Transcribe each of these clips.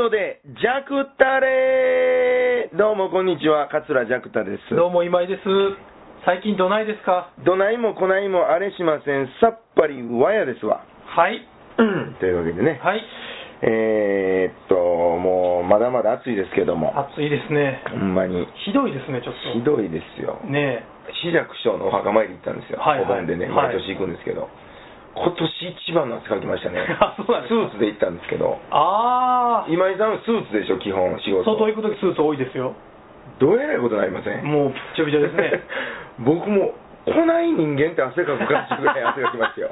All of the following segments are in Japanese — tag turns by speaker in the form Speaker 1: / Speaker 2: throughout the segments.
Speaker 1: ジャクタレどうもこんにちは、桂ジャクタです。
Speaker 2: どうも今井です。最近どないですか
Speaker 1: どないもこないもあれしません、さっぱりわやですわ。
Speaker 2: はい。
Speaker 1: というわけでね、
Speaker 2: はい。
Speaker 1: えー、っと、もうまだまだ暑いですけども、
Speaker 2: 暑いですね。
Speaker 1: ほんまに、
Speaker 2: ひどいですね、ちょっと。
Speaker 1: ひどいですよ。
Speaker 2: ね
Speaker 1: 志らく師匠のお墓参り行ったんですよ、
Speaker 2: はい
Speaker 1: お盆でね、
Speaker 2: はい。
Speaker 1: 毎年行くんですけど、今年一番の汗かきましたね
Speaker 2: あそうなんですか
Speaker 1: スーツで行ったんですけど、
Speaker 2: え。あ
Speaker 1: 今井さんスーツでしょ、基本、仕
Speaker 2: ー。
Speaker 1: 事。
Speaker 2: 外行くときスーツ多いですよ。
Speaker 1: どうえらいことになりません
Speaker 2: もう、びっちょびちょで すね。
Speaker 1: 僕も来ない人間って汗かくかっていうぐらい汗かきましたよ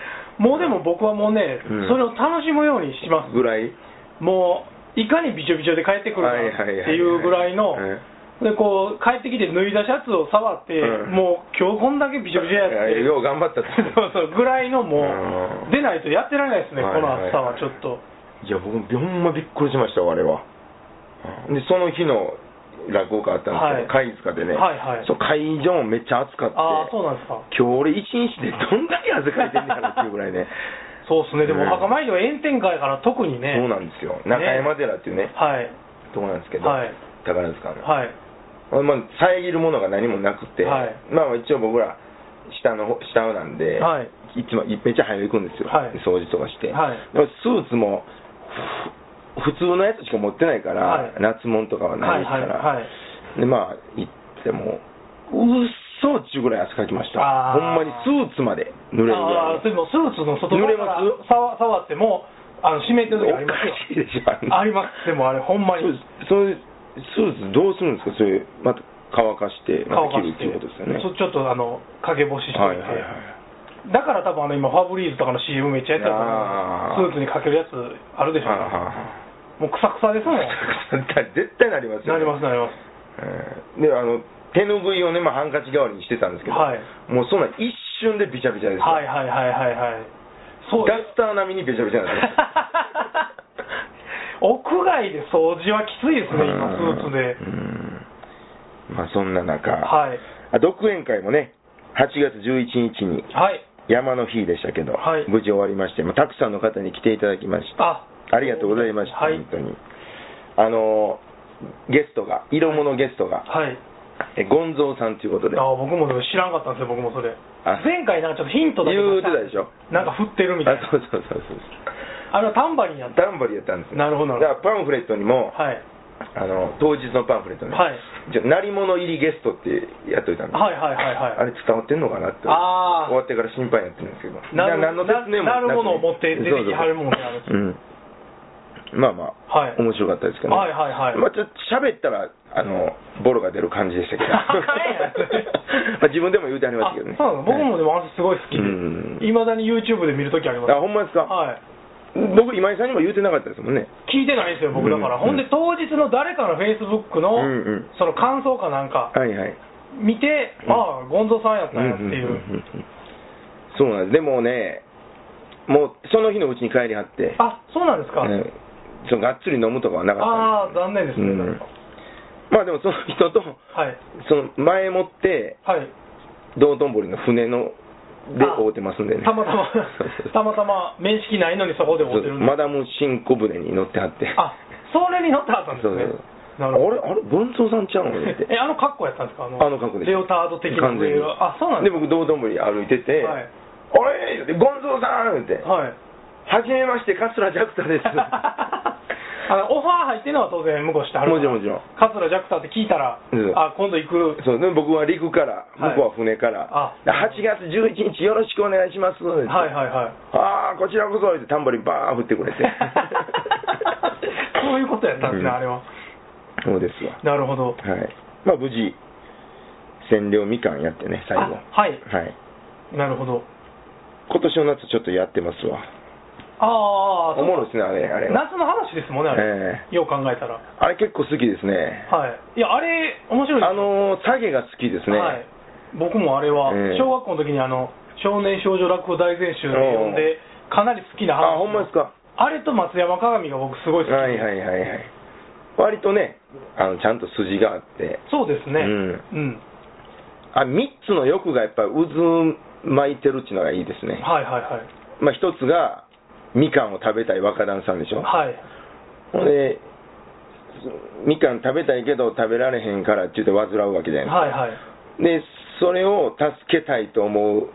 Speaker 2: もうでも僕はもうね、
Speaker 1: うん
Speaker 2: それを楽しむようにします。
Speaker 1: ぐらい
Speaker 2: もう、いかにびちょびちょで帰ってくるかっていうぐらいの、
Speaker 1: はいはいはいはい
Speaker 2: で、こう、帰ってきて脱いだシャツを触って、
Speaker 1: うん
Speaker 2: もう今日こんだけびちょびちょやっ
Speaker 1: いや
Speaker 2: て、
Speaker 1: よう頑張った と
Speaker 2: そうそうぐらいのも
Speaker 1: うん
Speaker 2: う、出ないとやってられないですね、
Speaker 1: はい
Speaker 2: この
Speaker 1: はい
Speaker 2: 暑さはちょっと。
Speaker 1: いや僕ほんまびっくりしましたよあれはでその日の落語会あったんですけど、貝塚でね、
Speaker 2: はいはい
Speaker 1: そう会場もめっちゃ暑かって
Speaker 2: ああ、そうなんですか。
Speaker 1: 今日俺一日でどんだけ汗かいてんだろうっていうぐらい ね
Speaker 2: そうですね、でも
Speaker 1: うん
Speaker 2: お墓参りは炎天下やから、特にね。
Speaker 1: そうなんですよ中山寺っていうね
Speaker 2: はい、
Speaker 1: とこなんですけど、
Speaker 2: はい
Speaker 1: 宝塚の、
Speaker 2: はい、
Speaker 1: まあ、遮るものが何もなくて、
Speaker 2: はい
Speaker 1: まあ一応僕ら下の方下なんで、
Speaker 2: はい
Speaker 1: い、つもめっちゃ早く行くんですよ、
Speaker 2: はい
Speaker 1: 掃除とかして、
Speaker 2: はい
Speaker 1: でもスーツもふ普通のやつしか持ってないから、
Speaker 2: はい
Speaker 1: 夏物とかはないですから、
Speaker 2: はいはいは
Speaker 1: でまあ行ってもうっそっちゅうぐらい汗かきました
Speaker 2: あ
Speaker 1: ほんま
Speaker 2: ー
Speaker 1: にスーツまで濡れるぐら
Speaker 2: ああ、
Speaker 1: い
Speaker 2: でもスーツの外側から
Speaker 1: 濡れます
Speaker 2: 触触っても、あの湿ってる時あ
Speaker 1: お
Speaker 2: り
Speaker 1: か
Speaker 2: ますよ。
Speaker 1: しいでしょあんな
Speaker 2: あります、でもあれ、ほんまに。
Speaker 1: そうそういうスーツどうするんですかそれまた乾かしてま
Speaker 2: 乾
Speaker 1: た着る
Speaker 2: かし
Speaker 1: ってていうことですよね
Speaker 2: そちょっとあの陰干ししておいて、
Speaker 1: はいはいはい
Speaker 2: だから多分あの今、ファブリーズとかの CM めっちゃやってると
Speaker 1: あ
Speaker 2: 思
Speaker 1: ー
Speaker 2: うスーツにかけるやつあるでしょ、
Speaker 1: は
Speaker 2: もうくさくさですもん、な
Speaker 1: 絶対なりますよ、
Speaker 2: ります、なります、
Speaker 1: うんであの手拭いをね、まあ、ハンカチ代わりにしてたんですけど、
Speaker 2: はい
Speaker 1: もうそんな一瞬でびちゃびちゃですよ、
Speaker 2: はいはいはいはいはい、そう
Speaker 1: ダスター並みにびちゃびちゃになんですよ
Speaker 2: 屋外で掃除はきついですね、今、スーツで。
Speaker 1: うんまあそんな中、
Speaker 2: はい、
Speaker 1: あ独演会もね8月11日に
Speaker 2: はい、
Speaker 1: 山の日でしたけど、
Speaker 2: はい
Speaker 1: 無事終わりまして、まあ、たくさんの方に来ていただきまして
Speaker 2: あ
Speaker 1: ありがとうございました、
Speaker 2: はい
Speaker 1: 本当にあのゲストが色物ゲストが、
Speaker 2: はい、
Speaker 1: えゴンゾーさんということで
Speaker 2: あ僕もでも知らんかったんですよ、僕もそれ
Speaker 1: あ、
Speaker 2: 前回、なんかちょっとヒントだけ
Speaker 1: 言
Speaker 2: 出
Speaker 1: うてたでしょ
Speaker 2: なんか振ってるみたい
Speaker 1: あ
Speaker 2: な、
Speaker 1: そうそうそうそう
Speaker 2: あれはタンバリンやった、
Speaker 1: タンバリンやったんですよ
Speaker 2: なるほどなる
Speaker 1: だからパンフレットにも、
Speaker 2: はい、
Speaker 1: あの当日のパンフレットに、
Speaker 2: はい
Speaker 1: じゃあ鳴り物入りゲストってやっといたんです、
Speaker 2: はいはいはいはい
Speaker 1: あれ伝わってんのかなって
Speaker 2: あー
Speaker 1: 終わってから心配になってるんですけど
Speaker 2: なる
Speaker 1: な何の説明も
Speaker 2: ななるものを
Speaker 1: くね
Speaker 2: 持って出てきはるもんね
Speaker 1: そうそううんまあまあ、
Speaker 2: はい
Speaker 1: 面白かったですけど、
Speaker 2: はいはいはい
Speaker 1: まあ、ちょっと喋ったらあのボロが出る感じでしたけど
Speaker 2: はい
Speaker 1: まあ自分でも言うてありま
Speaker 2: あ
Speaker 1: したけどね
Speaker 2: そうなの僕もでもあれすごい好き
Speaker 1: うん
Speaker 2: で、いまだに YouTube で見るときあります。
Speaker 1: あほんまですか
Speaker 2: はい
Speaker 1: 僕今井さんにも言うてなかったですもんね
Speaker 2: 聞いてないんですよ、僕だから、
Speaker 1: うん
Speaker 2: ほんで、当日の誰かのフェイスブックの、
Speaker 1: うんうん
Speaker 2: その感想かなんか
Speaker 1: はいはい
Speaker 2: 見て、ああ、ゴンゾさんやったんやっていう、
Speaker 1: んんんんそうなんですでもねもうその日のうちに帰りはって
Speaker 2: あそうなんですか、
Speaker 1: ねそのがっつり飲むとかはなか
Speaker 2: ああ、残念
Speaker 1: った
Speaker 2: で
Speaker 1: ん
Speaker 2: すね、
Speaker 1: うん
Speaker 2: なんか
Speaker 1: まあでもその人と
Speaker 2: はい、
Speaker 1: その前もって
Speaker 2: はい、
Speaker 1: 道頓堀の船ので
Speaker 2: あ
Speaker 1: 会うてますんでね
Speaker 2: たまたま
Speaker 1: そうそう、
Speaker 2: たまたま、面識ないのにそこで追
Speaker 1: そ
Speaker 2: っ
Speaker 1: う
Speaker 2: てるんで、
Speaker 1: マダム新小舟に乗ってはって
Speaker 2: あそれに乗ってはったんで
Speaker 1: そ
Speaker 2: す
Speaker 1: う
Speaker 2: ね、
Speaker 1: そう
Speaker 2: なるほど。
Speaker 1: あれあれ文蔵さんちゃうんって
Speaker 2: えあの格好やったんですかあの
Speaker 1: あの格好です
Speaker 2: レオタード的な
Speaker 1: 完全に
Speaker 2: あそうなん
Speaker 1: で
Speaker 2: ですか
Speaker 1: 僕道頓堀歩いてて「あ
Speaker 2: はい
Speaker 1: れ?」って「ゴンゾーさん!」って
Speaker 2: はい
Speaker 1: 「はじめまして桂ジャクタ です」
Speaker 2: あのオファー入ってるのは当然向こうしてはる
Speaker 1: もちろんもちろん
Speaker 2: 桂ジャクターって聞いたら、
Speaker 1: うん
Speaker 2: あ今度 行く
Speaker 1: そうで僕は陸から
Speaker 2: は
Speaker 1: 向
Speaker 2: い
Speaker 1: こうは船から
Speaker 2: あ
Speaker 1: 「8月11日よろしくお願いします」って
Speaker 2: はいはいはい
Speaker 1: ああこちらこそ」ってタンバリンバーン振ってくれて
Speaker 2: そういうことやったんですね、
Speaker 1: うん
Speaker 2: あれは
Speaker 1: そうですわ
Speaker 2: なるほど
Speaker 1: はいまあ無事占領みかんやってね最後
Speaker 2: あはい
Speaker 1: はい、
Speaker 2: なるほど
Speaker 1: 今年の夏ちょっとやってますわ
Speaker 2: ああ
Speaker 1: おもろいですねあれあれ
Speaker 2: 夏の話ですもんねあれ、よう考えたら
Speaker 1: あれ結構好きですね
Speaker 2: はいいやあれ面白いです
Speaker 1: あのー下げが好きですね、
Speaker 2: はい、僕もあれは、
Speaker 1: ええ
Speaker 2: 小学校の時にあの少年少女落語大全集で読んで、かなり好きな
Speaker 1: あ
Speaker 2: 話
Speaker 1: ほんまですか
Speaker 2: あれと松山鏡が僕、すごい好きで、
Speaker 1: はいはいはいはい割とねあのちゃんと筋があって
Speaker 2: そうです
Speaker 1: う
Speaker 2: ね、うん、
Speaker 1: あ3つの欲がやっぱり渦巻いてるっていうのがいいですね、
Speaker 2: はいはいはい、
Speaker 1: まあ、1つがみかんを食べたい若旦さんでしょ、
Speaker 2: はい、
Speaker 1: ほんでみかん食べたいけど食べられへんからって言って患うわけじゃない
Speaker 2: はいはい
Speaker 1: ですか、でそれを助けたいと思う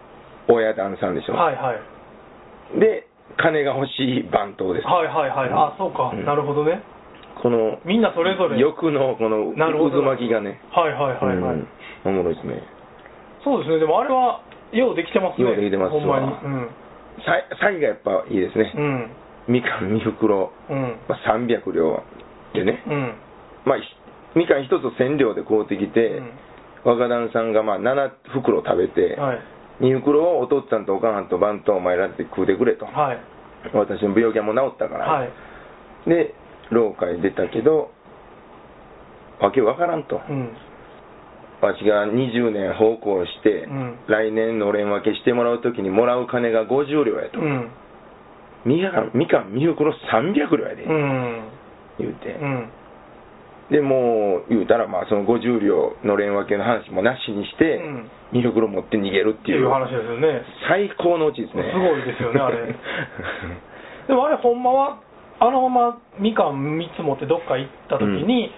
Speaker 1: 親旦さんでしょ、
Speaker 2: はいはい
Speaker 1: で金が欲しい番頭です、
Speaker 2: はいはいはいあそうか、
Speaker 1: うん
Speaker 2: なるほどね
Speaker 1: この
Speaker 2: みんなそれぞれ
Speaker 1: 欲のこの
Speaker 2: なるほ
Speaker 1: 渦
Speaker 2: ど
Speaker 1: 巻きがね
Speaker 2: はいはいはいはい、
Speaker 1: うん、おもろいですね
Speaker 2: そうですねでもあれはようできてますね
Speaker 1: ようできてますわ
Speaker 2: ほんまにうん
Speaker 1: さいがやっぱいいですね、
Speaker 2: うん
Speaker 1: みかん2袋、
Speaker 2: うん
Speaker 1: まあ、300両でね、
Speaker 2: うん
Speaker 1: まあ、ひみかん1つ1000両で買うてきて、若旦さんがまあ7袋食べて、
Speaker 2: うんはい
Speaker 1: 2袋をお父っつぁんとお母さんと番頭お前らで食うてくれと、
Speaker 2: はい
Speaker 1: 私の病気はもう治ったから、
Speaker 2: はい
Speaker 1: で廊下へ出たけどわけわからんと、
Speaker 2: うん
Speaker 1: わしが20年奉公して、
Speaker 2: うん
Speaker 1: 来年のれん分けしてもらう時にもらう金が50両やと、
Speaker 2: うん
Speaker 1: みかんみかんみゆくろ300両やで、
Speaker 2: うん
Speaker 1: 言うて
Speaker 2: う、ん
Speaker 1: でもう言うたらまあその50両のれん分けの話もなしにして、
Speaker 2: うん
Speaker 1: みゆくろ持って逃げるっ
Speaker 2: ってて
Speaker 1: いう
Speaker 2: いう話ですよね
Speaker 1: 最高のうちですね
Speaker 2: すごいですよねあれでもあれほんまはあのままみかん3つ持ってどっか行った時に、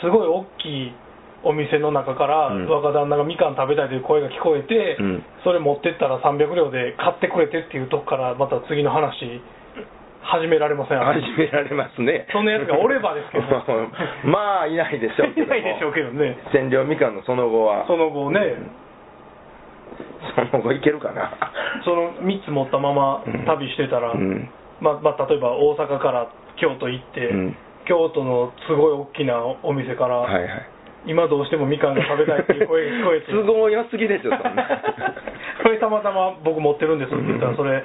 Speaker 2: すごい大きいお店の中から、
Speaker 1: うん
Speaker 2: 若旦那がみかん食べたいという声が聞こえて、
Speaker 1: うん
Speaker 2: それ持ってったら300両で買ってくれてっていうとこからまた次の話始められません
Speaker 1: 始められますね
Speaker 2: そんな奴がおればですけど
Speaker 1: まあいないでしょうけども
Speaker 2: いないでしょうけどね
Speaker 1: 千両みかんのその後は
Speaker 2: その後ね、
Speaker 1: その後いけるか な
Speaker 2: その3つ持ったまま旅してたら、
Speaker 1: うん
Speaker 2: まあまあ、例えば大阪から京都行って、
Speaker 1: うん
Speaker 2: 京都のすごい大きなお店から、
Speaker 1: はいはい
Speaker 2: 今どうしてもみかんが食べたいっていう声が聞こえて
Speaker 1: 都合良すぎでしょそんな
Speaker 2: それたまたま僕持ってるんですって言ったらそれ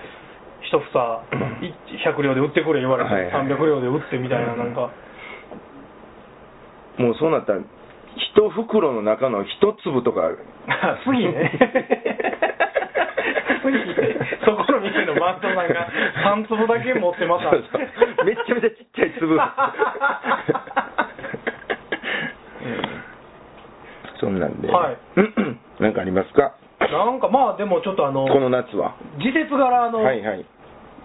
Speaker 2: 一房い100両で売ってくれ言われて、
Speaker 1: はいはい
Speaker 2: 300両で売ってみたいななんか、
Speaker 1: もうそうなったら一袋の中の一粒とか
Speaker 2: 次 ね次ねそこの店のマントさんが3粒だけ持ってまた
Speaker 1: そうそうめっちゃめちゃちっちゃい 粒そんなんで、
Speaker 2: はい
Speaker 1: なんかありますか
Speaker 2: なんかまあでもちょっとあの
Speaker 1: この夏は
Speaker 2: 時節柄あの、
Speaker 1: はいはい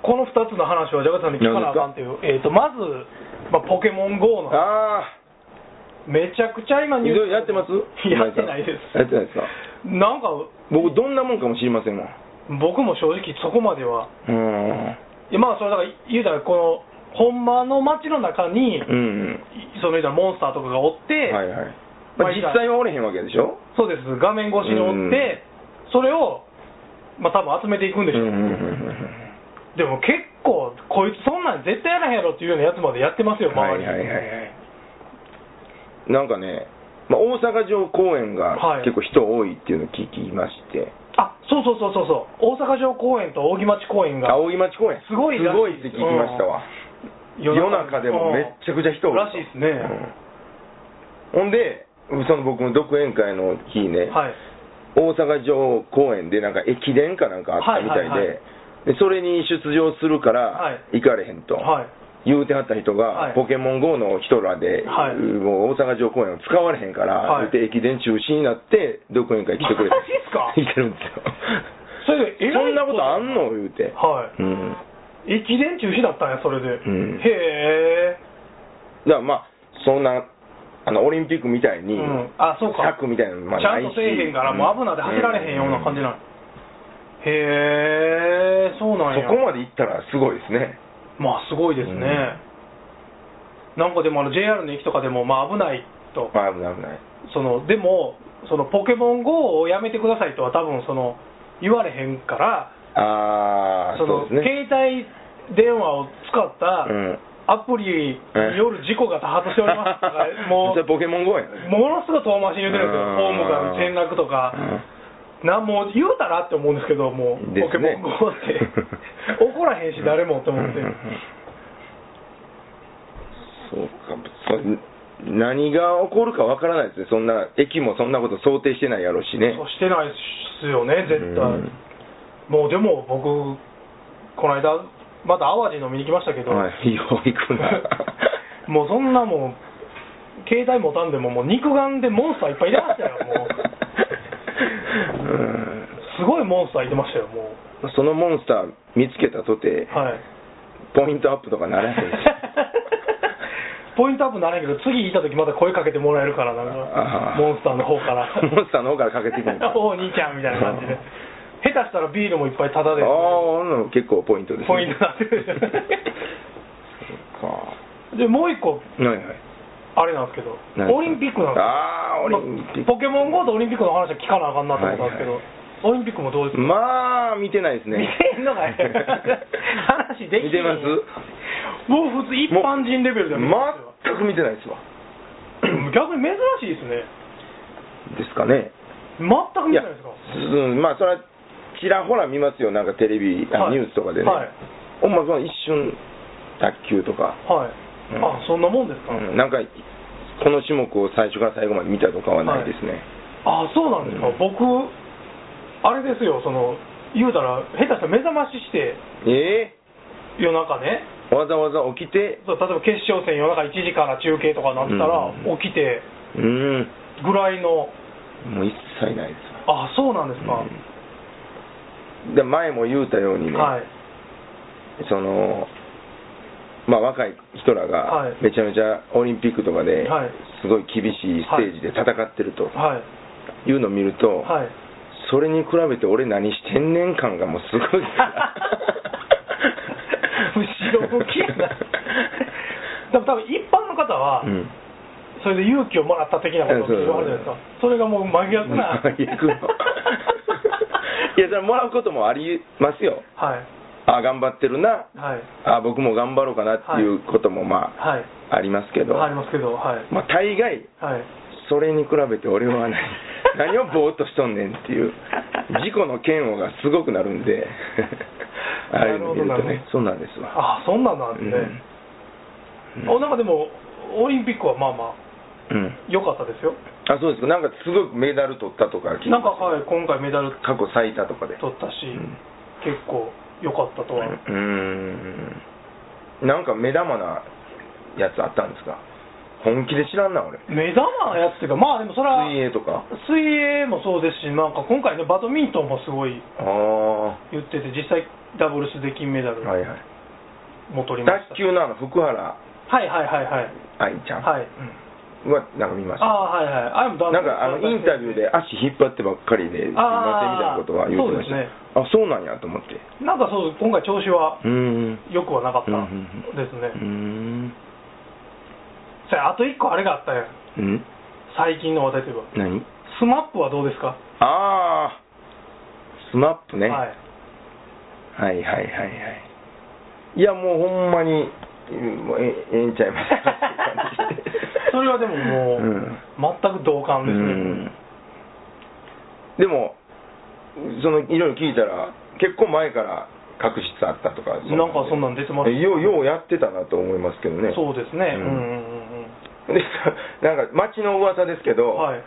Speaker 2: この2つの話はジャガさんに聞かなあかんっていう、えー、とまず、まあ、ポケモン GO の
Speaker 1: ああ
Speaker 2: めちゃくちゃ今
Speaker 1: い
Speaker 2: ニュ
Speaker 1: ろいろや
Speaker 2: ース
Speaker 1: ってます
Speaker 2: やってないです
Speaker 1: やってないですか
Speaker 2: なんか
Speaker 1: 僕どんなもんかも知りませんもん
Speaker 2: 僕も正直そこまでは
Speaker 1: うーん
Speaker 2: いやまあそれだから言うたらこのほんまの街の中に、
Speaker 1: うん
Speaker 2: その言うたらモンスターとかがおって、
Speaker 1: はいはい、まあ、
Speaker 2: まあ
Speaker 1: 実際はおれへんわけでしょ
Speaker 2: そうです画面越しにおって、それをまあ多分集めていくん
Speaker 1: う
Speaker 2: で
Speaker 1: ん
Speaker 2: し
Speaker 1: う
Speaker 2: ょう、
Speaker 1: んうん
Speaker 2: でも結構こいつそんなん絶対やらへんやろっていうようなやつまでやってます
Speaker 1: う
Speaker 2: よ
Speaker 1: んは
Speaker 2: 周
Speaker 1: い
Speaker 2: り、
Speaker 1: はいはいはいなんかね、まあ、大阪城公園が
Speaker 2: はい
Speaker 1: 結構人多いっていうのを聞きまして、
Speaker 2: あそうそうそうそうそう大阪城公園と扇町公園が
Speaker 1: 青木町公園
Speaker 2: すごい
Speaker 1: す
Speaker 2: らしい
Speaker 1: ごいって聞きましたわ、夜中でもめっちゃくちゃ人おる
Speaker 2: らしいですね、
Speaker 1: うんほんでその僕の独演会の日ね、
Speaker 2: はい
Speaker 1: 大阪城公園でなんか駅伝かなんかあったみたいで,、
Speaker 2: はいはいは
Speaker 1: でそれに出場するから、
Speaker 2: は
Speaker 1: 行
Speaker 2: い
Speaker 1: かれへんと、
Speaker 2: はい
Speaker 1: 言うてはった人が、
Speaker 2: はい
Speaker 1: ポケモン GO の人らで、
Speaker 2: はい
Speaker 1: もう大阪城公園を使われへんから、
Speaker 2: はい
Speaker 1: 言うて駅伝中止になって独演 会来てくれ
Speaker 2: マジっすか
Speaker 1: 行ってるんですよ
Speaker 2: それでえ
Speaker 1: そんなことあんの言うて、
Speaker 2: は
Speaker 1: うん
Speaker 2: い駅伝中止だったんやそれで、
Speaker 1: ん
Speaker 2: へえ
Speaker 1: だからまあそんなあのオリンピックみたいに、
Speaker 2: うんあそうか
Speaker 1: 柵みたいなのまあ
Speaker 2: ちゃ
Speaker 1: なんいし
Speaker 2: とせえへんから、もう危ないで走られへんような感じな
Speaker 1: う
Speaker 2: の、
Speaker 1: ん
Speaker 2: へえそうなんや
Speaker 1: そこまで行ったらすごいですね
Speaker 2: まあすごいですね、なんかでもあの JR の駅とかでもまあ危ないと、
Speaker 1: まあ危ない危ない
Speaker 2: そのでもそのポケモン GO をやめてくださいとは多分その言われへんから
Speaker 1: ああ
Speaker 2: その
Speaker 1: うですね
Speaker 2: 携帯電話を使った
Speaker 1: うん
Speaker 2: アプリによる事故が多発しておりますとか、も
Speaker 1: それ
Speaker 2: う
Speaker 1: ポケモン GO や
Speaker 2: ものすごい遠回しに言うてるんです
Speaker 1: うん
Speaker 2: よ、ホームからの転落とか、なんもう言うたらって思うんですけど、もう、
Speaker 1: です
Speaker 2: ポケ
Speaker 1: ね
Speaker 2: モン GO って、 怒らへんし、誰もって思って、
Speaker 1: そうかそ何が起こるかわからないですねそんな駅もそんなこと想定してないやろうしね
Speaker 2: そうしてないっすよね、絶対、
Speaker 1: うん
Speaker 2: もうでも僕、この間、また淡路飲みに行きましたけど、
Speaker 1: はいよう行くな
Speaker 2: もうそんなもう、携帯持たんでも、もう肉眼でモンスターいっぱいいてましたよ、 もう、
Speaker 1: うん
Speaker 2: すごいモンスターいてましたよ、もう、
Speaker 1: そのモンスター見つけたとて
Speaker 2: はい。
Speaker 1: ポイントアップとかならへんし
Speaker 2: ポイントアップならんけど、次行った時また声かけてもらえるから、なん
Speaker 1: あ
Speaker 2: か、
Speaker 1: ー
Speaker 2: モンスターの 方から。
Speaker 1: モンスターの方からかけてくる
Speaker 2: おお、兄ちゃんみたいな感 じで。下手したらビールもいっぱいタダ
Speaker 1: あ
Speaker 2: で、
Speaker 1: あうん結構ポイントです、ね、
Speaker 2: ポイントになってる。
Speaker 1: か
Speaker 2: で、もう一個、
Speaker 1: はいはい
Speaker 2: あれなんですけど、
Speaker 1: 何ですか
Speaker 2: オリンピックなんですよ
Speaker 1: ああオリンピック
Speaker 2: ポケモン GO とオリンピックの話は聞かなあかんなと思ったんですけど、
Speaker 1: はい
Speaker 2: オリンピックもどうですか、
Speaker 1: まあ見てないですね
Speaker 2: 見てんのかい 話できひ
Speaker 1: 見
Speaker 2: ん
Speaker 1: てます
Speaker 2: もう普通、一般人レベルで見てますよ
Speaker 1: 全く見てないですわ
Speaker 2: 逆に珍しいですね、
Speaker 1: ですかね
Speaker 2: 全く見てないですか、
Speaker 1: うんまあそれはちらほら見ますよなんかテレビ、あ
Speaker 2: はい
Speaker 1: ニュースとかでね、
Speaker 2: はい
Speaker 1: ほんまその一瞬卓球とか、
Speaker 2: はい、
Speaker 1: うん
Speaker 2: あそんなもんですか、
Speaker 1: うんなんかこの種目を最初から最後まで見たとかはないですね、
Speaker 2: あそうなんですか、
Speaker 1: うん
Speaker 2: 僕、あれですよ、その言うたら、下手したら目覚ましして、
Speaker 1: え
Speaker 2: 夜中ね、
Speaker 1: えわざわざ起きて
Speaker 2: そう例えば決勝戦、夜中1時から中継とかなったら、
Speaker 1: うん
Speaker 2: 起きて
Speaker 1: うん
Speaker 2: ぐらいの、
Speaker 1: もう一切ないです
Speaker 2: あそうなんですか、
Speaker 1: うんで前も言うたようにね、
Speaker 2: はい、
Speaker 1: そのまあ、若い人ら
Speaker 2: は
Speaker 1: が
Speaker 2: い
Speaker 1: めちゃめちゃオリンピックとかで
Speaker 2: はい
Speaker 1: すごい厳しいステージで戦ってると
Speaker 2: はい、
Speaker 1: いうのを見ると、
Speaker 2: はい、
Speaker 1: それに比べて俺何してんねん感がもうすご いですから
Speaker 2: むしろ向きやな、でも多分一般の方は、
Speaker 1: うん
Speaker 2: それで勇気をもらった的なことって言われるじゃないですか、それがもう真逆な、
Speaker 1: 真逆の いやそれもらうこともありますよ
Speaker 2: はい、
Speaker 1: あ頑張ってるな
Speaker 2: はい、
Speaker 1: あ僕も頑張ろうかなっていうこともまあ、
Speaker 2: はい、
Speaker 1: ありますけど、
Speaker 2: ありますけど、はい、
Speaker 1: まあ大概
Speaker 2: はい、
Speaker 1: それに比べて俺 は何何をぼーっとしとんねんっていう事故の嫌悪がすごくなるん でああいうの見ると
Speaker 2: なる
Speaker 1: ね
Speaker 2: ほ
Speaker 1: そうなんですわ
Speaker 2: あそんなんなんですね、
Speaker 1: うん
Speaker 2: おなんかでも、オリンピックはまあまあ、
Speaker 1: うん
Speaker 2: 良かったですよ、
Speaker 1: あそうですかなんかすごくメダル取ったとか聞いて
Speaker 2: なんか、はい、今回メダル
Speaker 1: 過去最多とかで
Speaker 2: 取ったし、
Speaker 1: うん
Speaker 2: 結構良かったとは、
Speaker 1: うーんなんか目玉なやつあったんですか本気で知らんな俺
Speaker 2: 目玉のやつっていうか、まあでもそれは。
Speaker 1: 水泳とか
Speaker 2: 水泳もそうですし、なんか今回ね、バドミントンもすごい
Speaker 1: ああは
Speaker 2: 言ってて、実際、ダブルスで金メダル
Speaker 1: いはい
Speaker 2: も取りました。
Speaker 1: 卓球のあの福原
Speaker 2: はいはいはいはい。
Speaker 1: 愛ちゃん
Speaker 2: はい、
Speaker 1: はなんか見まし
Speaker 2: あ
Speaker 1: た
Speaker 2: あ、はいはい。あれもダブ
Speaker 1: な
Speaker 2: ル
Speaker 1: んかあのインタビューで足引っ張ってばっかりで、すい
Speaker 2: あー
Speaker 1: ませんみたいなことは言ってました、あそうなんやと思って、
Speaker 2: なんかそう、今回調子は
Speaker 1: うーん、
Speaker 2: 良くはなかった
Speaker 1: うんうんうん
Speaker 2: です
Speaker 1: うー
Speaker 2: ね。
Speaker 1: ん、
Speaker 2: それあと一個あれがあったよ。
Speaker 1: うん、
Speaker 2: 最近の話題といえば。
Speaker 1: 何
Speaker 2: スマップはどうですか、
Speaker 1: あー、スマップね、
Speaker 2: は。
Speaker 1: はいい、はいはいはいいや、もうほんまに、うんもうえええんちゃいますかって感じで
Speaker 2: それはでもも う、
Speaker 1: うん
Speaker 2: 全く同感
Speaker 1: う
Speaker 2: ですね。
Speaker 1: ん、でも、そのいろいろ聞いたら、結構前から確執あったとか、
Speaker 2: なんかそんなん出てます
Speaker 1: ようようやってたなと思いますけどね、
Speaker 2: そうですね。う
Speaker 1: うんん
Speaker 2: うんうんうん。
Speaker 1: で なんか街の噂ですけど、
Speaker 2: はい。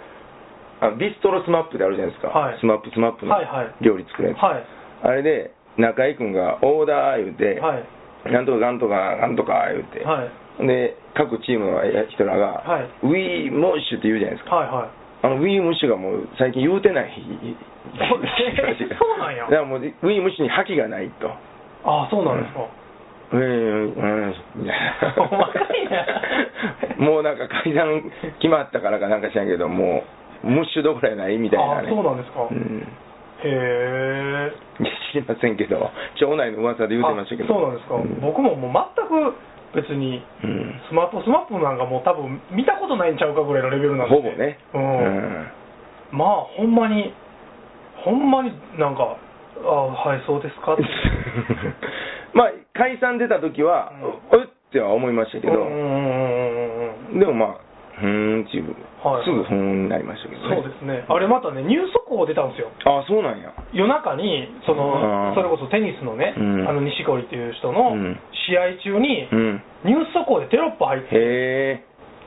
Speaker 1: あのビストロスマップであるじゃないですか、
Speaker 2: はい
Speaker 1: スマップスマップの
Speaker 2: はいはい
Speaker 1: 料理作るやつ、
Speaker 2: はい。
Speaker 1: あれで中居君がオーダー言うて、
Speaker 2: はい。
Speaker 1: なんとかなんとかなんとか言うて、
Speaker 2: はい。
Speaker 1: で各チームの人らが、
Speaker 2: はい
Speaker 1: We モッシュって言うじゃないですか、
Speaker 2: はいはい。
Speaker 1: あの We ムッシュがもう最近言うてない
Speaker 2: そうなん や
Speaker 1: だからもう We ムッシュに覇気がないと。
Speaker 2: ああ、そうなんですか。
Speaker 1: ええうん、 みたいな
Speaker 2: お前ら
Speaker 1: もうなんか階段決まったからかなんか知らんけど、もう、ムッシュどころやないみたいなね。
Speaker 2: あそうなんですか
Speaker 1: うん
Speaker 2: へえ。
Speaker 1: 知りませんけど、町内の噂で言うてましたけど。
Speaker 2: あそうなんですか、
Speaker 1: うん
Speaker 2: 僕ももう全く別に、
Speaker 1: うん
Speaker 2: スマップスマップなんかもう多分見たことないんちゃうかぐらいのレベルなんで、
Speaker 1: ほぼね。
Speaker 2: うんまあ、ほんまに、ほんまになんか、あはい、そうですか
Speaker 1: う
Speaker 2: って
Speaker 1: んまあ、解散出た時は、うっっては思いましたけど、
Speaker 2: うんうんうんうんうんうん
Speaker 1: でもまあ、ふーんっていう、
Speaker 2: はい
Speaker 1: すぐふーんになりましたけどね。
Speaker 2: そうですね、あれまたね、ニュース速報出たんですよ、
Speaker 1: あ、そうなんや。
Speaker 2: 夜中に、その
Speaker 1: うん
Speaker 2: それこそテニスのね、
Speaker 1: うん
Speaker 2: あの錦織っていう人の
Speaker 1: うん
Speaker 2: 試合中に、
Speaker 1: うん。
Speaker 2: ニュース速報でテロップ入って、
Speaker 1: へ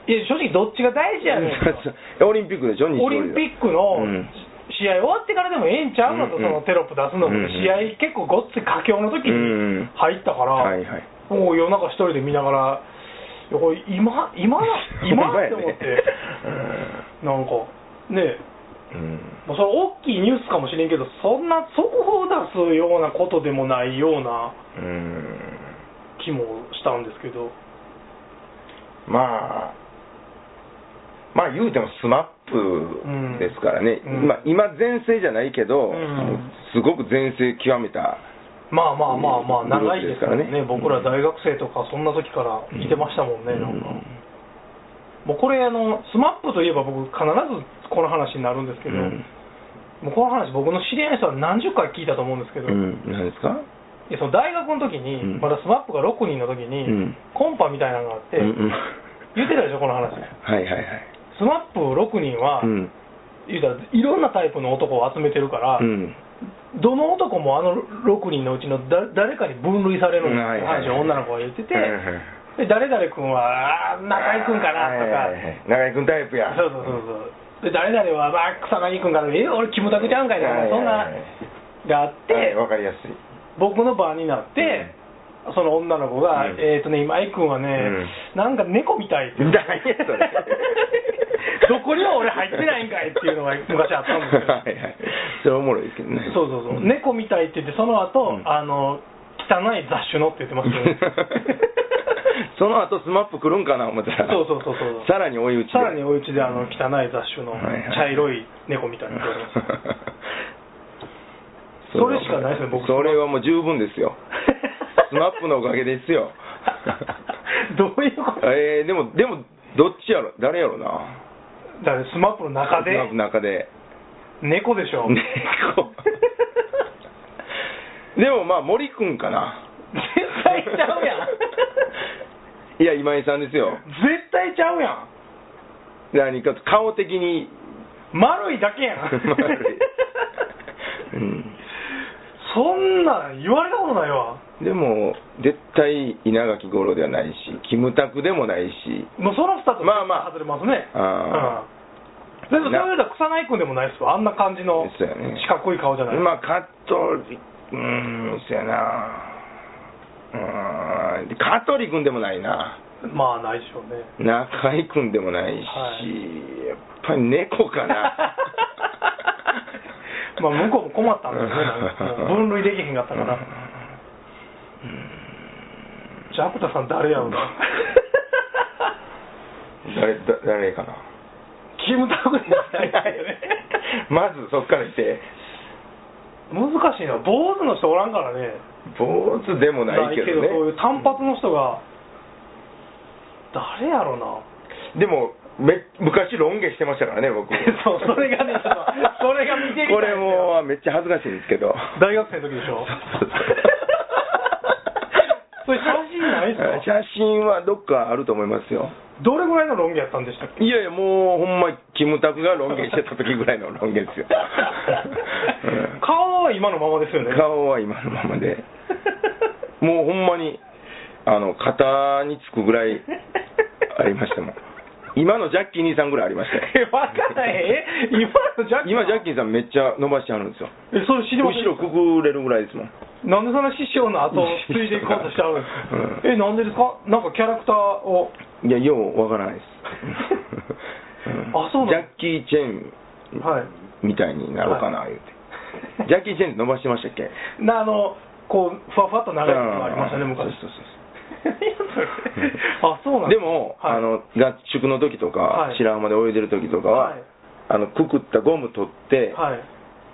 Speaker 1: え。
Speaker 2: いや正直、どっちが大事やねんと。
Speaker 1: オリンピックでしょ、
Speaker 2: オリンピックの
Speaker 1: うん
Speaker 2: 試合終わってからでもええんちゃうのと、
Speaker 1: うんうん
Speaker 2: そのテロップ出すのも、
Speaker 1: うんうん
Speaker 2: 試合結構ごっつい佳境の時
Speaker 1: うんう
Speaker 2: に
Speaker 1: ん
Speaker 2: 入ったか
Speaker 1: ク
Speaker 2: ら、
Speaker 1: はいはい。
Speaker 2: もう夜中一人で見ながら、いやこれ今、今だ、今
Speaker 1: ほんま
Speaker 2: だっ
Speaker 1: や
Speaker 2: て
Speaker 1: ね
Speaker 2: 思って、なんか、ねえ、
Speaker 1: うん。
Speaker 2: まあ、それ大きいニュースかもしれんけど、そんな速報出すようなことでもないような
Speaker 1: うん。
Speaker 2: 気もしたんですけど、
Speaker 1: まあ、まあ言うてもスマップですからね、
Speaker 2: うん
Speaker 1: まあ今、全盛じゃないけど、
Speaker 2: うん
Speaker 1: もうすごく全盛極めた、
Speaker 2: まあまあまあまあ、
Speaker 1: うん
Speaker 2: 長いですからね、
Speaker 1: グループですからね
Speaker 2: 僕ら大学生とか、そんな時からいてましたもんね、
Speaker 1: うん
Speaker 2: なんか
Speaker 1: うん
Speaker 2: もうこれあの、スマップといえば僕、必ずこの話になるんです
Speaker 1: う
Speaker 2: けど、
Speaker 1: ん、
Speaker 2: もうこの話、僕の知り合いの人は何十回聞いたと思うんですけど、
Speaker 1: うん、なんですか、
Speaker 2: いやその大学の時に、
Speaker 1: うん
Speaker 2: まだスマップが6人の時
Speaker 1: う
Speaker 2: に、
Speaker 1: ん、
Speaker 2: コンパみたいなのがあって、
Speaker 1: うんうん、
Speaker 2: 言ってたでしょ、この
Speaker 1: は
Speaker 2: 話。
Speaker 1: いはいはい、
Speaker 2: スマップ6人は、
Speaker 1: うん、
Speaker 2: 言うたらいろんなタイプの男を集めてるから、
Speaker 1: うん、
Speaker 2: どの男もあの6人のうちのだ誰かに分類されるんですって話を女の子が言ってて、
Speaker 1: はいはいはい
Speaker 2: で誰々君は、あー中居君かなとか、
Speaker 1: はいはいはい中居君タイプや、
Speaker 2: そうそうそうそう、で誰々は、まあ、草薙君かな、え俺、キムタクちゃうんかいとか、そんながあって、
Speaker 1: で、わかりや すい。
Speaker 2: 僕の番になって、その女の子が、
Speaker 1: うん
Speaker 2: えっ、とね、今、愛君はね、
Speaker 1: う
Speaker 2: なんか猫みたいって言う
Speaker 1: 何やそれ
Speaker 2: どこにも俺入ってないんかいっていうのが昔あったんですけ ど
Speaker 1: はいはい。それおもろいですけど ね。
Speaker 2: そうそうそう、
Speaker 1: ん
Speaker 2: 猫みたいって言って、その後、
Speaker 1: うん
Speaker 2: あの汚い雑種のって言ってます けど、
Speaker 1: その後スマップ来るんかな思ったら
Speaker 2: そうそうそうそう
Speaker 1: さらに追い打ちで
Speaker 2: さらにお家であの汚い雑種の
Speaker 1: はいはい
Speaker 2: 茶色い猫みたいなのがありま す。それしかないですね僕
Speaker 1: それはもう十分ですよスマップのおかげです よ
Speaker 2: どういうこと
Speaker 1: えー、でもでもどっちやろ誰やろな
Speaker 2: だってスマップの中で
Speaker 1: スマップの中で
Speaker 2: 猫でしょ。
Speaker 1: 猫でもまあ森くんかな
Speaker 2: 絶対ちゃうやん。
Speaker 1: いや今井さんですよ
Speaker 2: 絶対ちゃうやん。
Speaker 1: 何か顔的 に
Speaker 2: 丸いだけやん。
Speaker 1: 丸いうん
Speaker 2: そんなん言われたことないわ。
Speaker 1: でも絶対稲垣吾郎ではないしキムタクでもないし
Speaker 2: もうその2つ
Speaker 1: まあまあ
Speaker 2: 外れますね。
Speaker 1: あ
Speaker 2: うん。でもそういうのは草薙君でもないですわ。あんな感じの
Speaker 1: そうやね
Speaker 2: 四角い顔じゃない。
Speaker 1: まあ加藤うーんそやなうーん香取君でもないな
Speaker 2: まあないでしょうね。
Speaker 1: 中居君でもないし、
Speaker 2: はい
Speaker 1: やっぱり猫か な
Speaker 2: まあ向こうも困ったんですねなん か。もう分類できへんかったから。ジャクタさん誰や ろうな。
Speaker 1: 誰だ誰かな
Speaker 2: キムタクじゃないですよね。
Speaker 1: まずそっからいて
Speaker 2: 難しいな。坊主の人おらんからね。
Speaker 1: 坊主でもないけどね
Speaker 2: そういう単発の人が、誰やろな。
Speaker 1: でもめ昔ロン毛してましたからね僕
Speaker 2: そうそれがねちょっとそれが見てみたいんですよ
Speaker 1: これもめっちゃ恥ずかしいんですけど
Speaker 2: 大学生の時でしょ。それ写真ないですか
Speaker 1: 写真はどっかあると思いますよ
Speaker 2: どれぐらいのロン毛やったんでしたっけ
Speaker 1: いやいやもうほんまキムタクがロン毛してた時ぐらいのロン毛です よ、
Speaker 2: 顔は今のままですよ
Speaker 1: う
Speaker 2: ね
Speaker 1: ん顔は今のままでもうほんまにあの肩につくぐらいありましたも ん今のジャッキー兄さんぐらいありましたよ
Speaker 2: えわかんないえ今のジャッキ
Speaker 1: 今ジャッ
Speaker 2: キ
Speaker 1: キーさんめっちゃ伸ばしてあるんですよ
Speaker 2: えそれ知り
Speaker 1: 後
Speaker 2: ません
Speaker 1: ろくぐれるぐらいですもん
Speaker 2: なんでそんな師匠の後を継いでいこうとしてあるん ですか、えなんでですかなんかキャラクターを、
Speaker 1: いやようわからないです
Speaker 2: あそうなん
Speaker 1: ジャッキー・チェン
Speaker 2: はい
Speaker 1: みたいになろうかな、言うて。ジャッキー・チェンって伸ばしてましたっけ
Speaker 2: なあのこうふわふわっと長いのがありましたね
Speaker 1: うん
Speaker 2: 昔
Speaker 1: そうそうそう
Speaker 2: あそうなん
Speaker 1: です
Speaker 2: か
Speaker 1: も、
Speaker 2: はい
Speaker 1: あの合宿の時とか、
Speaker 2: はい
Speaker 1: 白浜で泳いでる時とかは、
Speaker 2: はい
Speaker 1: あのくくったゴム取って、
Speaker 2: はい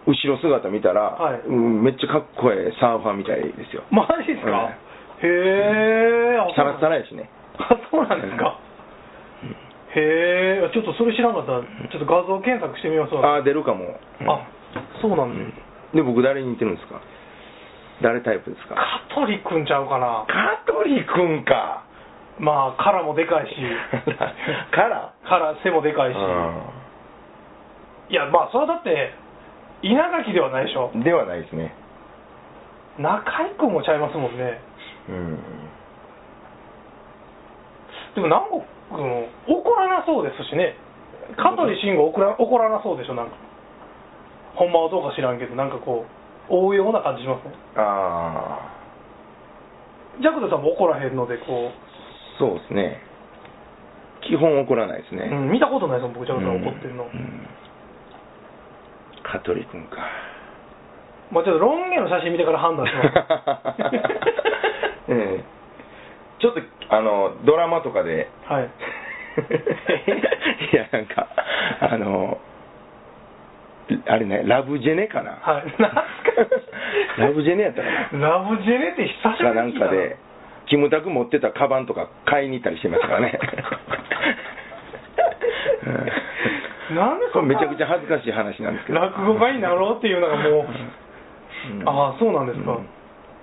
Speaker 1: 後ろ姿見たら、
Speaker 2: はい
Speaker 1: うんめっちゃかっこええサーファーみたいですよ
Speaker 2: マジですか、へえあ
Speaker 1: サラサ
Speaker 2: ラ
Speaker 1: ラやしね
Speaker 2: あ そうなんですか、へえちょっとそれ知らなかったらちょっと画像検索してみますわあ
Speaker 1: ああ出るかも、うん
Speaker 2: そうな
Speaker 1: うん
Speaker 2: です、
Speaker 1: んで僕誰に似てるんですか誰タイプですか
Speaker 2: 香取くんちゃうかな
Speaker 1: 香取君か
Speaker 2: まあ殻もで かいし
Speaker 1: カラ
Speaker 2: 殻背もでかいし、いやまあそれはだって稲垣ではないでしょ
Speaker 1: うんではないですね
Speaker 2: 中居君もちゃいますもんね
Speaker 1: うん
Speaker 2: でも南国君怒らなそうですしね香取慎吾怒ら怒らなそうでしょなんかほんまはどうか知らんけどなんかこう応用な感じしますね
Speaker 1: ああ
Speaker 2: ジャクドさんも怒らへんのでこう、
Speaker 1: そうですね基本怒らないですね、
Speaker 2: うん、見たことないですもん僕ジャクドさん怒ってるの、
Speaker 1: うん香取君か
Speaker 2: まあちょっと ロン毛の写真見てから判断します
Speaker 1: ええちょっとあのドラマとか で
Speaker 2: はい
Speaker 1: いやなんかあのあれねラブジェネかな、
Speaker 2: はい懐かしい
Speaker 1: ラブジェネやったかな
Speaker 2: ラブジェネって久しぶ
Speaker 1: が
Speaker 2: り
Speaker 1: な
Speaker 2: に
Speaker 1: ん
Speaker 2: 聞い
Speaker 1: か
Speaker 2: た
Speaker 1: でキムタク持ってたカバンとか買いに行ったりしてますから ね
Speaker 2: なんで
Speaker 1: こ
Speaker 2: そ
Speaker 1: れ
Speaker 2: ん
Speaker 1: め
Speaker 2: な
Speaker 1: ちゃくちゃ恥ずかしい話なんですけど
Speaker 2: 落語家になろうっていうのがもう、
Speaker 1: うん
Speaker 2: ああそうなんですか、
Speaker 1: うん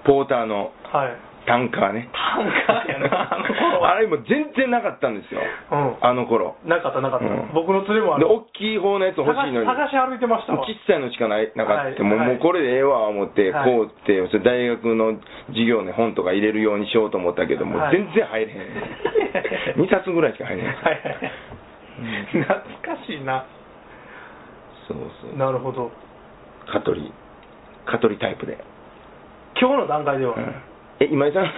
Speaker 1: ポーターの
Speaker 2: はい
Speaker 1: タンカーね
Speaker 2: タンカーやな あの頃は
Speaker 1: あれも全然なかったんですよ
Speaker 2: うん
Speaker 1: あの頃
Speaker 2: なかったなかった、
Speaker 1: うん
Speaker 2: 僕の連れもあ
Speaker 1: で
Speaker 2: の
Speaker 1: 大きい方のやつ欲しいのに
Speaker 2: 探し探し歩いてました
Speaker 1: も
Speaker 2: わ
Speaker 1: う小さいのしかないなかった、もう
Speaker 2: はい
Speaker 1: もうこれでええわ思って、
Speaker 2: はい
Speaker 1: こうってそれ大学の授業に本とか入れるようにしようと思ったけども、
Speaker 2: はい
Speaker 1: 全然入れへ ん2冊ぐらいしか入れへん、
Speaker 2: はいはいはい懐かしいな
Speaker 1: そうそう
Speaker 2: なるほど
Speaker 1: カトリカトリタイプで、
Speaker 2: 今日の段階では、
Speaker 1: うん え今井さん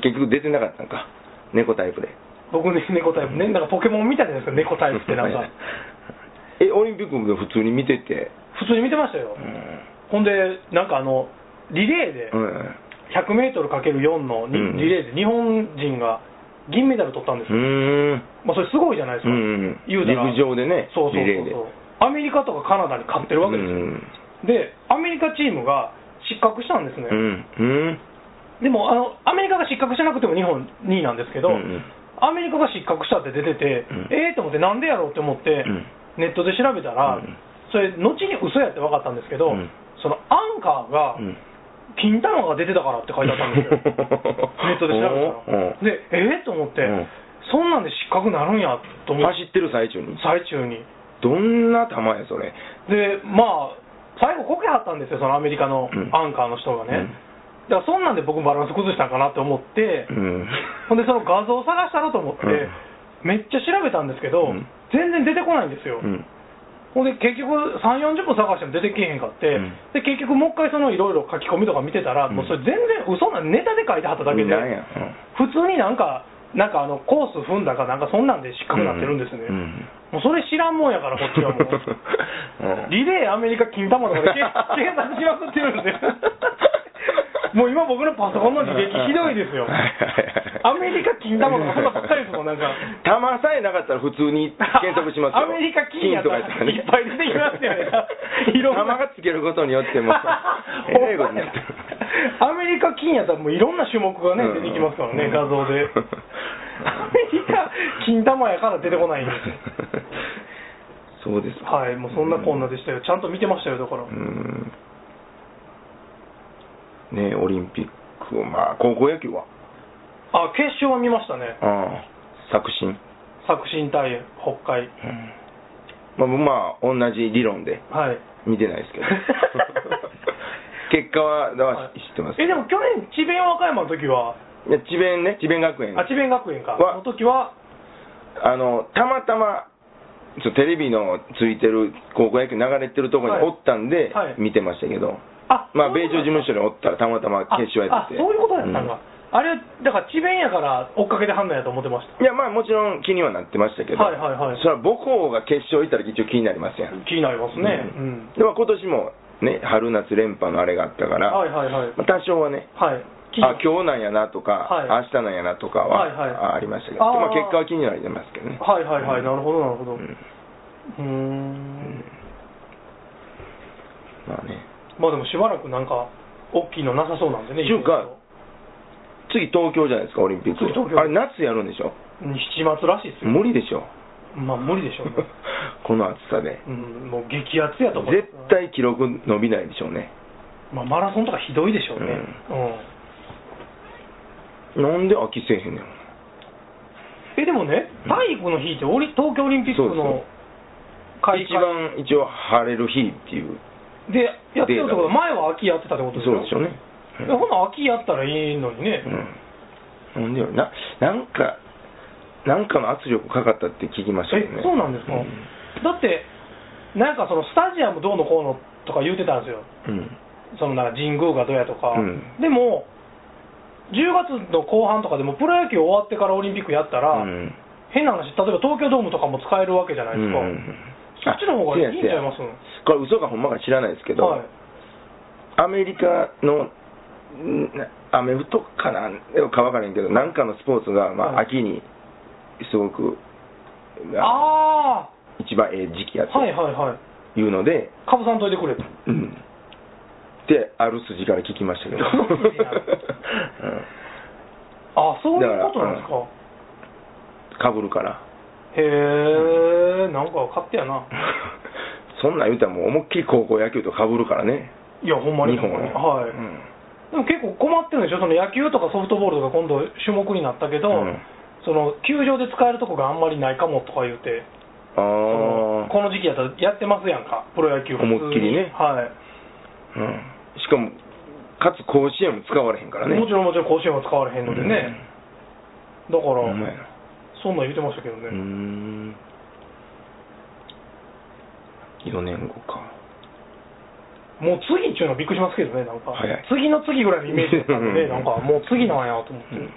Speaker 1: 結局出てなかったんか猫タイプで
Speaker 2: 僕ね猫タイプねなんかポケモンみたいじゃないですか猫タイプってなんか
Speaker 1: えオリンピックで普通に見てて
Speaker 2: 普通に見てましたよ、
Speaker 1: うん
Speaker 2: ほんでなんかあのリレーで
Speaker 1: うん
Speaker 2: 100m×4 のに
Speaker 1: うん
Speaker 2: リレーで日本人が銀メダル取ったんです
Speaker 1: うん
Speaker 2: よ、まあ、それすごいじゃないです
Speaker 1: う
Speaker 2: か、
Speaker 1: ん
Speaker 2: 言うたら
Speaker 1: 陸上でね
Speaker 2: そうそう
Speaker 1: リレーで
Speaker 2: そうそうアメリカとかカナダに勝ってるわけですよ、でアメリカチームが失格したんですね、
Speaker 1: うんうん
Speaker 2: でもあのアメリカが失格してなくても日本2位なんですけど、
Speaker 1: うんうん
Speaker 2: アメリカが失格したって出てて、
Speaker 1: うん
Speaker 2: ええと思って、なんでやろうって思って、
Speaker 1: うん
Speaker 2: ネットで調べたら、
Speaker 1: うん
Speaker 2: それ、後に嘘やって分かったんですけど、
Speaker 1: うん
Speaker 2: そのアンカーが、
Speaker 1: うん
Speaker 2: 金玉が出てたからって書いてあったんですよ、ネットで調べたら。
Speaker 1: うん
Speaker 2: で、ええと思っ
Speaker 1: う
Speaker 2: て、
Speaker 1: ん
Speaker 2: そんなんで失格なるんやと思っ
Speaker 1: 走って
Speaker 2: て、
Speaker 1: る最中に
Speaker 2: 最中に。
Speaker 1: どんな球やそれ
Speaker 2: で、まあ、最後、こけはったんですよ、そのアメリカの
Speaker 1: うん
Speaker 2: アンカーの人がね。
Speaker 1: うん
Speaker 2: だからそんなんで僕バランス崩したんかなって思って、
Speaker 1: うん
Speaker 2: ほんでその画像を探したろと思って、
Speaker 1: うん
Speaker 2: めっちゃ調べたんですけど、
Speaker 1: うん
Speaker 2: 全然出てこないんですよ、
Speaker 1: うん
Speaker 2: ほんで結局3 4 0分探しても出てけへんかって、
Speaker 1: うん
Speaker 2: で結局もう一回そのいろいろ書き込みとか見てたら、
Speaker 1: うん
Speaker 2: もうそれ全然嘘なネタで書いてはっただけで、
Speaker 1: なんや
Speaker 2: 普通になんかなんかあのコース踏んだかなんかそんなんで失格になってるんですね、
Speaker 1: うんうん
Speaker 2: もうそれ知らんもんやからこっちはもう
Speaker 1: うん
Speaker 2: リレーアメリカ金玉とかで検検索しまくってるんですよもう今僕のパソコンの履歴ひどいですよ
Speaker 1: はいはいはい
Speaker 2: アメリカ金玉とかそんなばっかりですもんなんか
Speaker 1: 玉さえなかったら普通に検索しますよ
Speaker 2: アメリカ金やったらいっぱい出てきますよねいろんな
Speaker 1: 玉がつけることによってもえ らいことになってる
Speaker 2: アメリカ金やったらもういろんな種目がね出てきますからね、
Speaker 1: うん
Speaker 2: 画像で アメリカ金玉やから出てこないんですよ
Speaker 1: そうですか
Speaker 2: はいもうそんなこんなでしたよちゃんと見てましたよだから、
Speaker 1: うんねえオリンピックをまあ高校野球は
Speaker 2: あ決勝は見ましたね
Speaker 1: ああ作新、うん
Speaker 2: 作新対北海
Speaker 1: まあ、まあ同じ理論で
Speaker 2: はい
Speaker 1: 見てないですけ ど結果はだから知知ってます
Speaker 2: えでも去年智弁和歌山の時はい
Speaker 1: や智弁ね智弁学園
Speaker 2: あ智弁学園か
Speaker 1: は
Speaker 2: の時は
Speaker 1: あのたまたまちょテレビのついてる高校野球流れてるところに
Speaker 2: はい
Speaker 1: おったんで、
Speaker 2: はい
Speaker 1: 見てましたけど、
Speaker 2: あ
Speaker 1: まあ
Speaker 2: そうい
Speaker 1: 米
Speaker 2: うこと
Speaker 1: 朝事務所におったらたまたま決勝やってて
Speaker 2: ああそういうことやったんだ、あれはだから智弁やから追っかけてはんのやと思ってました
Speaker 1: うんいやまあもちろん気にはなってましたけど、
Speaker 2: はいはいはい
Speaker 1: それは母校が決勝行ったら一応気になりますやん、
Speaker 2: 気になりますね
Speaker 1: う
Speaker 2: うんん、
Speaker 1: でまあ今年もね春夏連覇のあれがあったから、
Speaker 2: はいはいはい
Speaker 1: まあ、多少はね
Speaker 2: はい
Speaker 1: あ今日なんやなとか、
Speaker 2: は
Speaker 1: 明
Speaker 2: い
Speaker 1: 日なんやなとかは、
Speaker 2: はいはい
Speaker 1: あありましたけど
Speaker 2: あー
Speaker 1: まあ、結果は気になりますけどね
Speaker 2: はいはいはいなるほどなるほど
Speaker 1: う
Speaker 2: うんーん
Speaker 1: まあね
Speaker 2: まあでもしばらくなんか大きいのなさそうなんでね
Speaker 1: 中華次東京じゃないですかオリンピック
Speaker 2: 次東京
Speaker 1: あれ夏やるんでしょ
Speaker 2: うん七松らしいっすよ
Speaker 1: 無理でしょ
Speaker 2: まあ無理で しょうね
Speaker 1: この暑さで
Speaker 2: うんもう激アツやと思う
Speaker 1: 絶対記録伸びないでしょうね
Speaker 2: まあマラソンとかひどいでしょうねうん、
Speaker 1: なんで飽きせえへんねん
Speaker 2: えでもね体育の日ってオリ東京オリンピック
Speaker 1: そう
Speaker 2: の
Speaker 1: そ
Speaker 2: 開会
Speaker 1: 一番一応晴れる日っていう
Speaker 2: でやってるってことは前は秋やってたってことです
Speaker 1: そ
Speaker 2: よ
Speaker 1: うでしょうね、
Speaker 2: えほな秋やったらいいのにね、
Speaker 1: うん、なんでよななんかなんかの圧力かかったって聞きましたよね
Speaker 2: えそうなんですか、だってなんかそのスタジアムどうのこうのとか言うてたんですよ
Speaker 1: うん
Speaker 2: そのなんか神宮がどうやとか、
Speaker 1: うん
Speaker 2: でも10月の後半とかでもプロ野球終わってからオリンピックやったら、
Speaker 1: うん
Speaker 2: 変な話例えば東京ドームとかも使えるわけじゃないですか、そっちの方がいいんちゃいま
Speaker 1: あ
Speaker 2: す
Speaker 1: せやせやこれ嘘かほんまか知らないですけど、
Speaker 2: はい
Speaker 1: アメリカのんなアメフトかな、でもか分からへんけど、なんかのスポーツが、まあ、
Speaker 2: はい
Speaker 1: 秋にすごく、あ
Speaker 2: あ
Speaker 1: 一番ええ時期や
Speaker 2: あはい
Speaker 1: と
Speaker 2: はいはい
Speaker 1: いうので、
Speaker 2: かぶさんといてくれと
Speaker 1: うん。って、ある筋から聞きました けど。
Speaker 2: どういう意味なのあそういうことなんですか
Speaker 1: かぶるから。
Speaker 2: へえんか勝手やな
Speaker 1: そんなん言うたらもう思いっきり高校野球とかぶるからね。
Speaker 2: いやほんまに
Speaker 1: 日本は。
Speaker 2: はい、
Speaker 1: うん
Speaker 2: でも結構困ってるんでしょその野球とかソフトボールとか今度種目になったけど、
Speaker 1: うん
Speaker 2: その球場で使えるとこがあんまりないかもとか言うてその
Speaker 1: ああ。
Speaker 2: この時期やったらやってますやんかプロ野球普通に
Speaker 1: 思いっきりね
Speaker 2: はい
Speaker 1: うんしかも、かつ甲子園も使われへんからね。
Speaker 2: もちろんもちろん甲子園は使われへんのでね、だか
Speaker 1: う
Speaker 2: ら、
Speaker 1: ん。ほんまやな
Speaker 2: そんなん言ってましたけどね、
Speaker 1: うーん。4年後か。
Speaker 2: もう次っていうのはびっくりしますけどねなんか、
Speaker 1: 早い
Speaker 2: 次の次ぐらいのイメージだったんでねなんかもう次なんやと思って、
Speaker 1: うん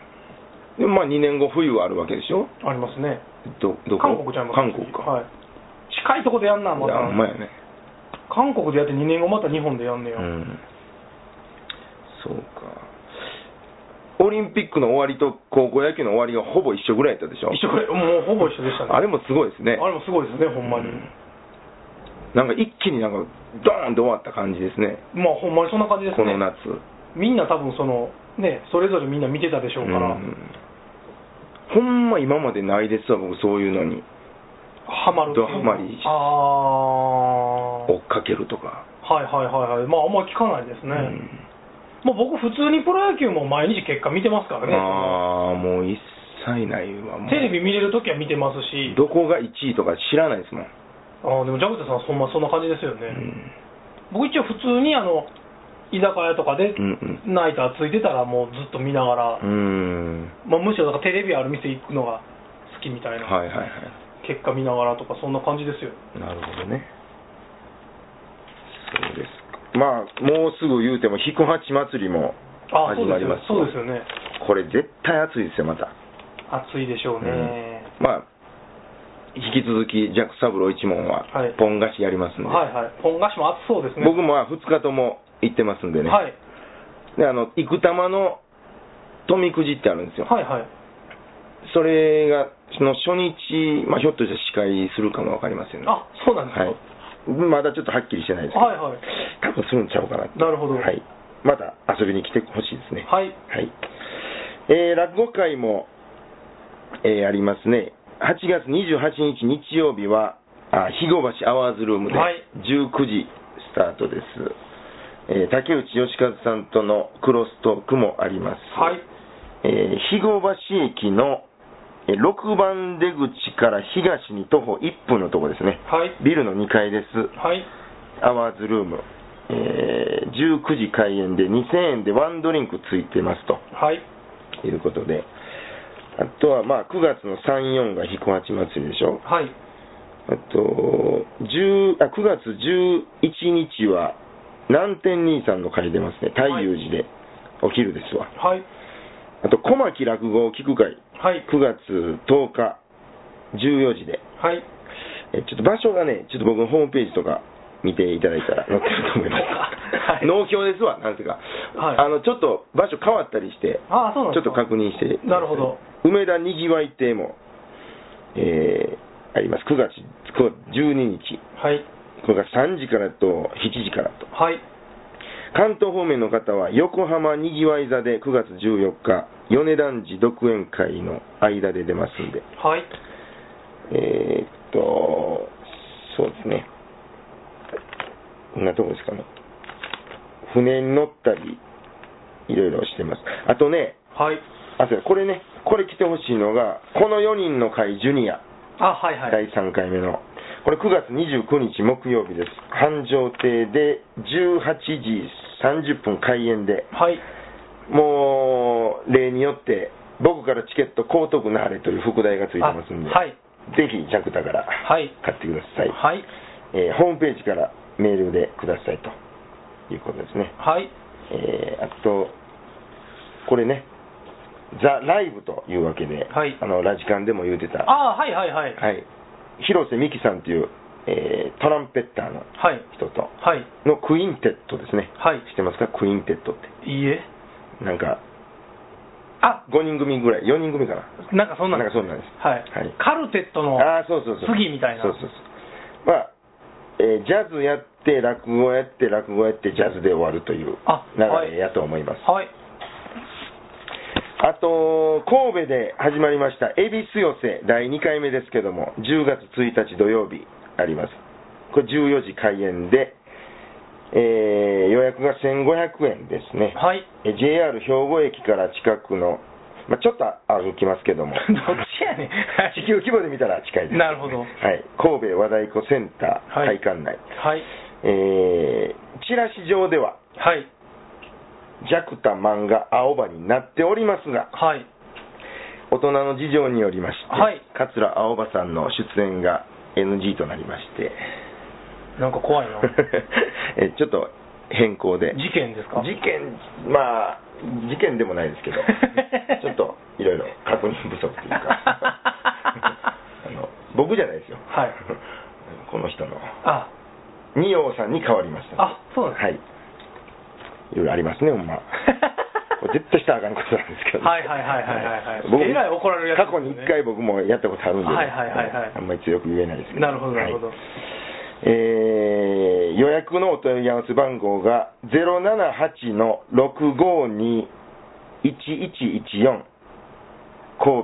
Speaker 1: で、まあ2年後冬あるわけでしょ
Speaker 2: ありますね
Speaker 1: ど、どこ
Speaker 2: 韓国ちゃいます
Speaker 1: 韓国か。
Speaker 2: はい、近いとこでやんな
Speaker 1: い
Speaker 2: ま
Speaker 1: や
Speaker 2: た
Speaker 1: ほんまやね。
Speaker 2: 韓国でやって2年後また日本でやんねや、
Speaker 1: うんそうか。オリンピックの終わりと高校野球の終わりがほぼ一緒ぐらいやったでしょ
Speaker 2: 一緒ぐらいもうほぼ一緒でしたね
Speaker 1: あれもすごいですね。
Speaker 2: あれもすごいですねほんま
Speaker 1: う
Speaker 2: に、
Speaker 1: んなんか一気になんかドーンって終わった感じですね。
Speaker 2: まあほんまにそんな感じです
Speaker 1: この
Speaker 2: ね
Speaker 1: 夏。
Speaker 2: みんな多分そのねそれぞれみんな見てたでしょうか
Speaker 1: う
Speaker 2: ら、
Speaker 1: んほんま今までないですわ、僕そういうのに。
Speaker 2: ハマるってい
Speaker 1: ド
Speaker 2: う
Speaker 1: ハマり
Speaker 2: ああ
Speaker 1: 追っかけるとか。
Speaker 2: はいはいはいはいまああんまり聞かないです
Speaker 1: う
Speaker 2: ね、
Speaker 1: ん
Speaker 2: まあ、僕普通にプロ野球も毎日結果見てますからね
Speaker 1: ああ、もう一切ないわ。もう
Speaker 2: テレビ見れるときは見てますし
Speaker 1: どこが1位とか知らないですもん。
Speaker 2: あーでもジャグタさんほんまそんな感じですよ
Speaker 1: う
Speaker 2: ね、
Speaker 1: ん
Speaker 2: 僕一応普通にあの居酒屋とかで
Speaker 1: うん
Speaker 2: ナイターついてたらもうずっと見ながら、
Speaker 1: うん。うん。
Speaker 2: まあ、むしろなんかテレビある店行くのが好きみたいな、
Speaker 1: はいはいはい。
Speaker 2: 結果見ながらとかそんな感じですよ
Speaker 1: なるほどね。そうですか。まあ、もうすぐ言うても、彦八祭りも
Speaker 2: あー
Speaker 1: 始まります
Speaker 2: そうですよそうですよね
Speaker 1: これ絶対暑いですよ、また。
Speaker 2: 暑いでしょうね、
Speaker 1: まあ、引き続き、ジャック三郎一門は
Speaker 2: はい、
Speaker 1: ポン菓子やりますんで、
Speaker 2: はいはいポン菓子も暑そうですね
Speaker 1: 僕も2日とも行ってますんでね、
Speaker 2: はい、
Speaker 1: であの生玉の富くじってあるんですよ、
Speaker 2: はいはい
Speaker 1: それが、その初日、まあ、ひょっとしたら司会するかもわかりませんね
Speaker 2: あそうなんですか、
Speaker 1: はい、まだちょっとはっきりしてないですけど、
Speaker 2: はいはい
Speaker 1: 多分するんちゃうかなって
Speaker 2: なるほど
Speaker 1: はい、また遊びに来てほしいですね
Speaker 2: はい
Speaker 1: はい、えー落語会も、えーありますね8月28日日曜日はあ肥後橋アワーズルームで
Speaker 2: はい
Speaker 1: 19時スタートです、えー竹内義和さんとのクロストークもあります、
Speaker 2: はい
Speaker 1: えー肥後橋駅のえー6番出口から東に徒歩1分のとこですね
Speaker 2: はい
Speaker 1: ビルの2階です
Speaker 2: はい
Speaker 1: アワーズルーム、えー19時開演で2000円でワンドリンクついてます
Speaker 2: はい
Speaker 1: ということで、あとはまあ9月の3、4が彦八祭りでしょ、
Speaker 2: はい
Speaker 1: あと10あ9月11日は南天兄さんの会出ますね、太遊寺で、お昼ですわ、
Speaker 2: はい
Speaker 1: あと小牧落語を聞く会、
Speaker 2: はい
Speaker 1: 9月10日、14時で。
Speaker 2: はい
Speaker 1: えちょっと場所がね、ちょっと僕のホームページとか見ていただいたら載ってると思いま
Speaker 2: は
Speaker 1: す。
Speaker 2: い
Speaker 1: 農協ですわ、なんていうか、
Speaker 2: はい
Speaker 1: あのちょっと場所変わったりして、
Speaker 2: ああそうなん
Speaker 1: ちょっ
Speaker 2: で
Speaker 1: と
Speaker 2: すか
Speaker 1: 確認して、
Speaker 2: なるほど。
Speaker 1: 梅田にぎわい亭も、えーあります。9月9月12日、
Speaker 2: はい
Speaker 1: これが3時からと7時からと。
Speaker 2: はい
Speaker 1: 関東方面の方は、横浜にぎわい座で9月14日、米男児独演会の間で出ますんで。
Speaker 2: はい
Speaker 1: えーっと、そうですね。こんなとこですかね。船に乗ったり、いろいろしてます。あとね、
Speaker 2: はい
Speaker 1: あ、そうやこれね、これ来てほしいのが、この4人の会ジュニア、
Speaker 2: あはいはい
Speaker 1: 第3回目の。これ9月29日木曜日です。繁盛亭で18時30分開演で、
Speaker 2: はい
Speaker 1: もう、例によって、僕からチケット、高徳なはれという副題がついて
Speaker 2: あ
Speaker 1: ますんで、
Speaker 2: はい
Speaker 1: ぜひ、ジャクタから
Speaker 2: はい
Speaker 1: 買ってください。
Speaker 2: はい
Speaker 1: えーホームページからメールでくださいということですね。
Speaker 2: はい
Speaker 1: えーあと、これね、ザ・ライブというわけで、
Speaker 2: はい
Speaker 1: あのラジカンでも言うてた、は
Speaker 2: ああはいはいはい
Speaker 1: い、広瀬美樹さんという、えートランペッターの
Speaker 2: はい
Speaker 1: 人と、
Speaker 2: はい
Speaker 1: のクインテットですね。
Speaker 2: はい
Speaker 1: 知ってますかクインテットって。
Speaker 2: いいえ
Speaker 1: なんか、
Speaker 2: あ
Speaker 1: 5人組ぐらい、4人組かな。
Speaker 2: なんかそんなん
Speaker 1: なんかそんなんです
Speaker 2: はい、
Speaker 1: はい
Speaker 2: カルテットの
Speaker 1: ああ、そうそうそう。
Speaker 2: 次みたいな
Speaker 1: そうそうそう。まあ、えージャズやって、落語やって、落語やって、ジャズで終わるという
Speaker 2: あ
Speaker 1: 流れやと思います。
Speaker 2: はい
Speaker 1: あと、神戸で始まりました、恵比寿寄せ第2回目ですけども、10月1日土曜日あります。これ14時開演で、えー予約が1500円ですね。
Speaker 2: はい
Speaker 1: え JR 兵庫駅から近くの、まあ、ちょっと歩きますけども
Speaker 2: 、どっちやねん
Speaker 1: 地球規模で見たら近いです、
Speaker 2: なるほど
Speaker 1: はい、神戸和太鼓センター
Speaker 2: はい
Speaker 1: 会館内、
Speaker 2: はい
Speaker 1: えーチラシ上では、
Speaker 2: はい
Speaker 1: 弱太漫画青葉になっておりますが、
Speaker 2: はい
Speaker 1: 大人の事情によりまして、
Speaker 2: はい
Speaker 1: 桂青葉さんの出演が NG となりまして、
Speaker 2: なんか怖いな
Speaker 1: えちょっと変更で、
Speaker 2: 事件ですか
Speaker 1: 事件、まあ、事件でもないですけど、ちょっといろいろ確認不足と いうか、あの僕じゃないですよ、
Speaker 2: はい
Speaker 1: この人の、
Speaker 2: あ
Speaker 1: 二葉さんに変わりました、
Speaker 2: あそうなんです
Speaker 1: はい、いろいろありますね、ほ んま。これ絶対したらあかんことなんですけど、
Speaker 2: はいはいはいはいはいはい
Speaker 1: 僕も
Speaker 2: えらい怒られるやつです
Speaker 1: 過去
Speaker 2: よね
Speaker 1: に一回僕もやったことあるんで、
Speaker 2: はいはいはいはい
Speaker 1: あんまり強く言えないですけど、
Speaker 2: なるほどなるほど、
Speaker 1: はいえー予約のお問い合わせ番号が078の6521114神戸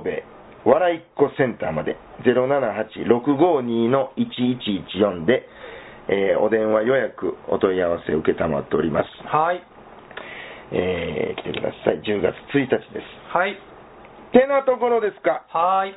Speaker 1: 笑いっ子センターまで078-652の1114で、えーお電話予約お問い合わせ受けたまっております、
Speaker 2: はい
Speaker 1: えー来てください10月1日です
Speaker 2: はい
Speaker 1: てなところですか
Speaker 2: はい